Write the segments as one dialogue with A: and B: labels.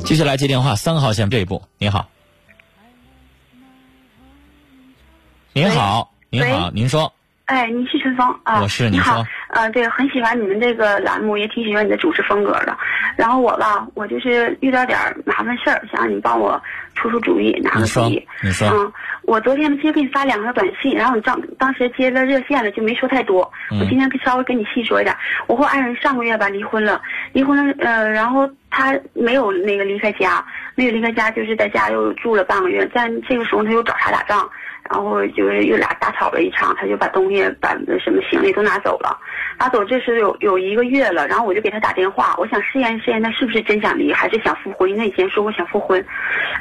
A: 接下来接电话，三号线这一步。您好，您好，您好，您说，
B: 哎，你是陈峰啊，
A: 我是
B: 你
A: 你
B: 好
A: 说，
B: 呃，对，很喜欢你们这个栏目，也挺喜欢你的主持风格的。然后我吧，我就是遇到点儿麻烦事儿，想让你帮我出出主意，拿
A: 您
B: 个主
A: 说
B: 意。，
A: 您说，
B: 啊嗯，我昨天其实给你发两条短信，然后你当当时接了热线了，就没说太多。我今
A: 嗯
B: 天稍微跟你细说一点，我和我爱人上个月吧离婚了，离婚了，呃，然后他没有那个离开家，没有离开家，就是在家又住了半个月，但这个时候他又找茬打仗，然后就是又俩大吵了一场，他就把东西把什么行李都拿走了，拿走这是有有一个月了，然后我就给他打电话，我想试验试验他是不是真想离，还是想复婚，因为他以前说过想复婚，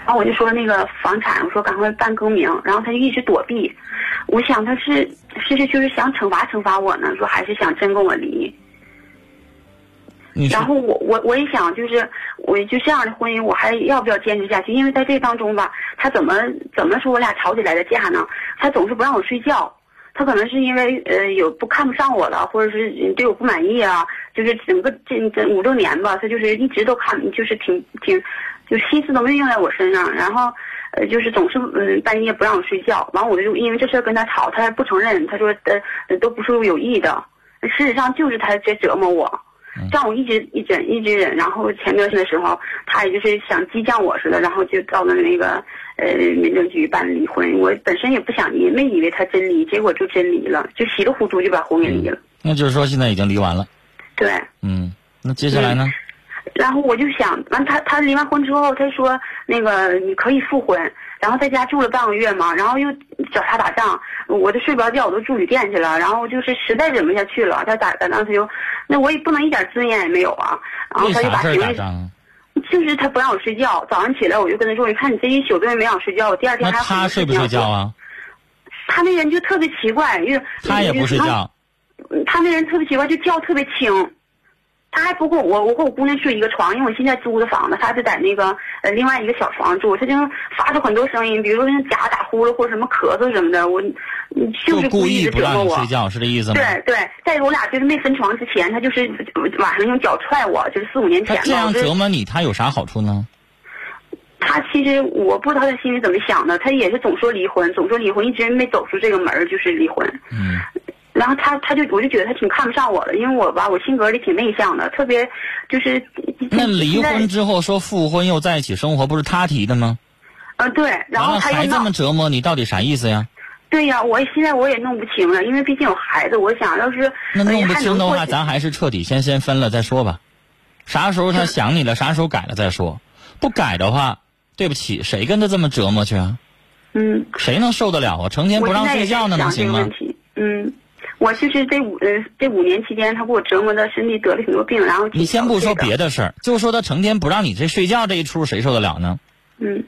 B: 然后我就说那个房产，我说赶快办更名，然后他就一直躲避，我想他是是是就是想惩罚惩罚我呢，说还是想真跟我离。
A: 你
B: 然
A: 说，
B: 后我我我也想就是我就这样的婚姻我还要不要坚持下去？因为在这当中吧，他怎么怎么说我俩吵起来的架呢？他总是不让我睡觉。他可能是因为呃有不看不上我了，或者是嗯对我不满意啊，就是整个这这五六年吧，他就是一直都看，就是挺挺，就心思都没用在我身上。然后，呃，就是总是嗯半夜不让我睡觉，完我就因为这事儿跟他吵，他还不承认，他说呃呃都不是有意的，事实上就是他在折磨我
A: 嗯。
B: 让我一直一直一直忍，然后前段时间的时候，他也就是想激将我似的，然后就到了那个呃民政局办离婚。我本身也不想离，没以为他真离，结果就真离了，就稀里糊涂就把婚给离了。
A: 那就是说现在已经离完了，
B: 对，
A: 嗯，那接下来呢？
B: 然后我就想，完他他离完婚之后，他说那个你可以复婚，然后在家住了半个月嘛，然后又找他打仗，我都睡不着觉，我都住旅店去了，然后就是实在忍不下去了，他打打仗他就，那我也不能一点尊严也没有啊，然后
A: 为
B: 他就
A: 啥
B: 把
A: 事
B: 行
A: 儿打
B: 李，
A: 仗啊？
B: 就是他不让我睡觉，早上起来我就跟他说，你看你这一宿都没让我睡觉，我第二
A: 那
B: 天还有很
A: 他
B: 多
A: 睡不
B: 事情
A: 睡觉
B: 要做？
A: 啊？
B: 他那人就特别奇怪，因为
A: 他也不睡觉。
B: 嗯他那人特别奇怪，就觉特别轻。他还不跟我，我和我姑娘睡一个床，因为我现在租的房子，他是在那个呃另外一个小床住，他就发出很多声音，比如说像假打呼噜或者什么咳嗽什么的，我嗯就是
A: 故
B: 意
A: 意
B: 的
A: 不
B: 折磨
A: 让你
B: 我
A: 睡。觉，是这意思吗？
B: 对对，在我俩就是没分床之前，他就是呃晚上用脚踹我，就是四五年
A: 他
B: 前
A: 这
B: 吧。
A: 样
B: 我就
A: 折磨你，他有啥好处呢？
B: 他其实我不知道他心里怎么想的，他也是总说离婚，总说离婚，一直没走出这个门儿就是离婚。
A: 嗯，
B: 然后他他就我就觉得他挺看不上我的，因为我吧我性格里挺内向的，特别就是
A: 那离婚
B: 现在
A: 之后说复婚又在一起生活，不是他提的吗？
B: 呃对，然后
A: 完了
B: 他又
A: 还这
B: 闹
A: 么折磨你，到底啥意思呀？
B: 对呀、我现在我也弄不清了，因为毕竟有孩子，我想要是
A: 那弄不清的
B: 呃还能过
A: 话，
B: 去
A: 咱还是彻底先先分了再说吧。啥时候他想你了，啥时候改了再说。不改的话，对不起，谁跟他这么折磨去啊？
B: 嗯，
A: 谁能受得了啊？成天
B: 我
A: 不
B: 现
A: 让
B: 在也
A: 睡觉那
B: 在
A: 能
B: 想这
A: 行
B: 个
A: 吗
B: 问？题，嗯。我就是这五呃这五年期间，他给我折磨的身体得了挺多病，然后
A: 你先不说别
B: 的，
A: 的事儿，就说他成天不让你这睡觉这一出，谁受得了呢？
B: 嗯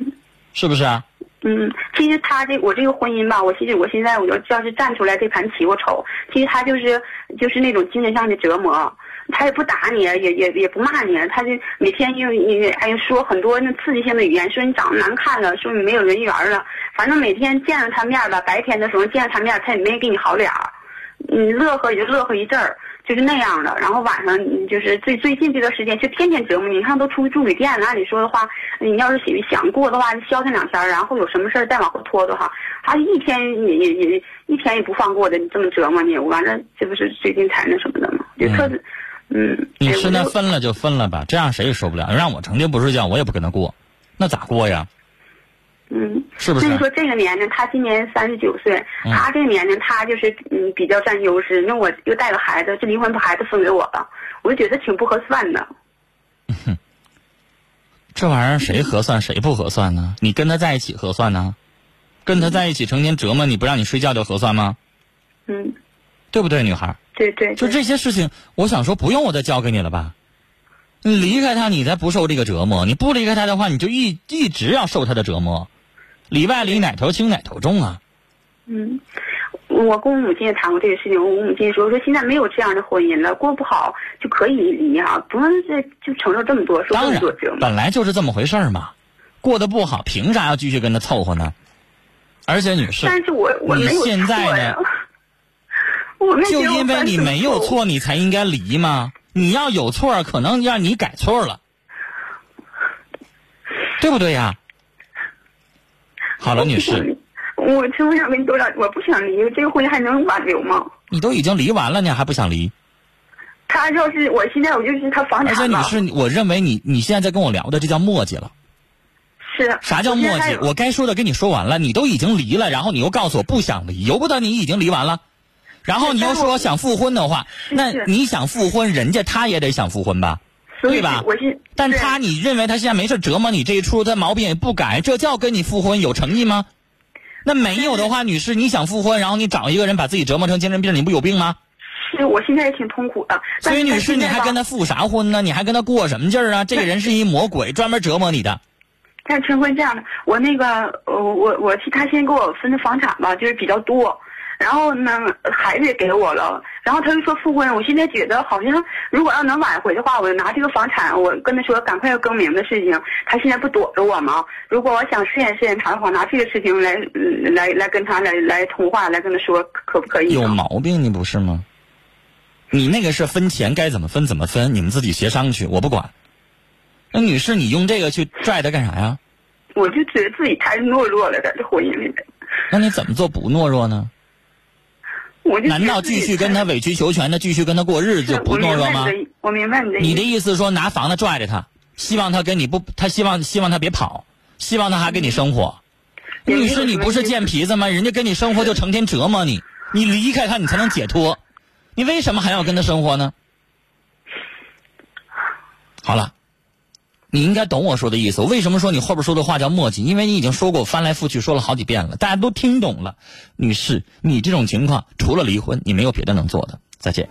A: 是不是啊？
B: 嗯，其实他这我这个婚姻吧，我其实我现在我就要是站出来这盘棋我瞅，其实他就是就是那种精神上的折磨，他也不打你，也也也不骂你，他就每天用你哎呀说很多那刺激性的语言，说你长得难看了，说你没有人缘了，反正每天见着他面吧，白天的时候见着他面，他也没给你好脸儿，你乐呵也就乐呵一阵儿。就是那样的，然后晚上嗯就是最最近这段时间就天天折磨你，你看都出去住旅店了。按理说的话，你要是想过的话，消停两天，然后有什么事儿再往后拖拖哈。他一天也也也一天也不放过的，你这么折磨你，我完了，这不是最近才那什么的吗？就特别，嗯，
A: 你
B: 哎
A: 现在
B: 我就
A: 分了就分了吧，这样谁也受不了。让我成天不睡觉，我也不跟他过，那咋过呀？
B: 嗯。
A: 是不
B: 所以
A: 是？
B: 说这个年龄，他今年三十九岁，
A: 嗯
B: 他这个年龄他就是嗯比较占优势。那我又带个孩子，这离婚把孩子分给我了，我就觉得挺不合算的。
A: 这玩意儿谁合算谁不合算呢？你跟他在一起合算呢？跟他在一起成天折磨你不让你睡觉就合算吗？
B: 嗯，
A: 对不对，女孩儿？
B: 对对，
A: 就
B: 对
A: 这些事情，我想说不用我再教给你了吧？你离开他，你才不受这个折磨；你不离开他的话，你就一一直要受他的折磨。里外里哪头轻哪头重啊？
B: 嗯，我跟我母亲也谈过这个事情，我母亲说说现在没有这样的婚姻了，过不好就可以离哈、不用这就承受这么多受
A: 当
B: 这么
A: 然
B: 多折，磨。
A: 本来就是这么回事儿嘛。过得不好，凭啥要继续跟他凑合呢？而且女士，
B: 但是我我
A: 你
B: 没有
A: 现
B: 错
A: 在
B: 呀
A: 呢，
B: 我没觉
A: 就
B: 得我
A: 因为
B: 犯
A: 你
B: 什么
A: 没有，错，你才应该离吗？你要有错，可能让你改错了。对不对呀？好了，女士，，
B: 我真不想跟你多聊，我不想离，这个婚姻还能挽留吗？
A: 你都已经离完了，你还不想离？
B: 他要是我现在我就是他房
A: 而且
B: 产
A: 女
B: 嘛，
A: 士，我认为你你现在在跟我聊的这叫墨迹了。
B: 是
A: 啥叫墨迹？我该说的跟你说完了，你都已经离了，然后你又告诉我不想离，由不得你已经离完了，然后你又说想复婚的话，那
B: 是
A: 你想复婚，人家他也得想复婚吧？
B: 所以
A: 对吧
B: 我现
A: 但
B: 对
A: 他你认为他现在没事折磨你这一出，他毛病也不改，这叫跟你复婚有诚意吗？那没有的话，女士，你想复婚，然后你找一个人把自己折磨成精神病，你不有病吗？
B: 是我现在也挺痛苦的。
A: 所
B: 但
A: 以，
B: 是
A: 女士，你
B: 现在
A: 还
B: 吧
A: 跟他复啥婚呢？你还跟他过什么劲儿啊？这个人是一魔鬼，专门折磨你的。
B: 但陈坤这样的，我那个，呃我我替他先给我分的房产吧，就是比较多，然后呢，孩子也给我了，然后他又说复婚，我现在觉得好像如果要能挽回的话，我就拿这个房产，我跟他说赶快要更名的事情，他现在不躲着我吗？如果我想试验试验他的话，拿这个事情来嗯来来跟他来来通话，来跟他说可不可以？啊
A: 有？毛病，你不是吗？你那个是分钱该怎么分怎么分，你们自己协商去，我不管。那女士，你用这个去拽他干啥呀？
B: 我就觉得自己太懦弱了，在这婚姻里面，
A: 那你怎么做不懦弱呢？
B: 我就觉得
A: 难道
B: 自己
A: 继续跟他
B: 太
A: 委曲求全的继续跟他过日子
B: 是
A: 就不懦弱吗？？
B: 我明白你的意思，我明白
A: 你
B: 你
A: 的
B: 的意思。
A: 意思说拿房子拽着他，希望他跟你不，他希望希望他别跑，希望他还跟你生活。
B: 也没
A: 女
B: 有
A: 士，你
B: 什么
A: 不是
B: 意思
A: 贱皮子吗？人家跟你生活就成天折磨你，你离开他你才能解脱，你为什么还要跟他生活呢？好了，你应该懂我说的意思。我为什么说你后边说的话叫墨迹？因为你已经说过翻来覆去说了好几遍了，大家都听懂了。女士，你这种情况除了离婚，你没有别的能做的。再见。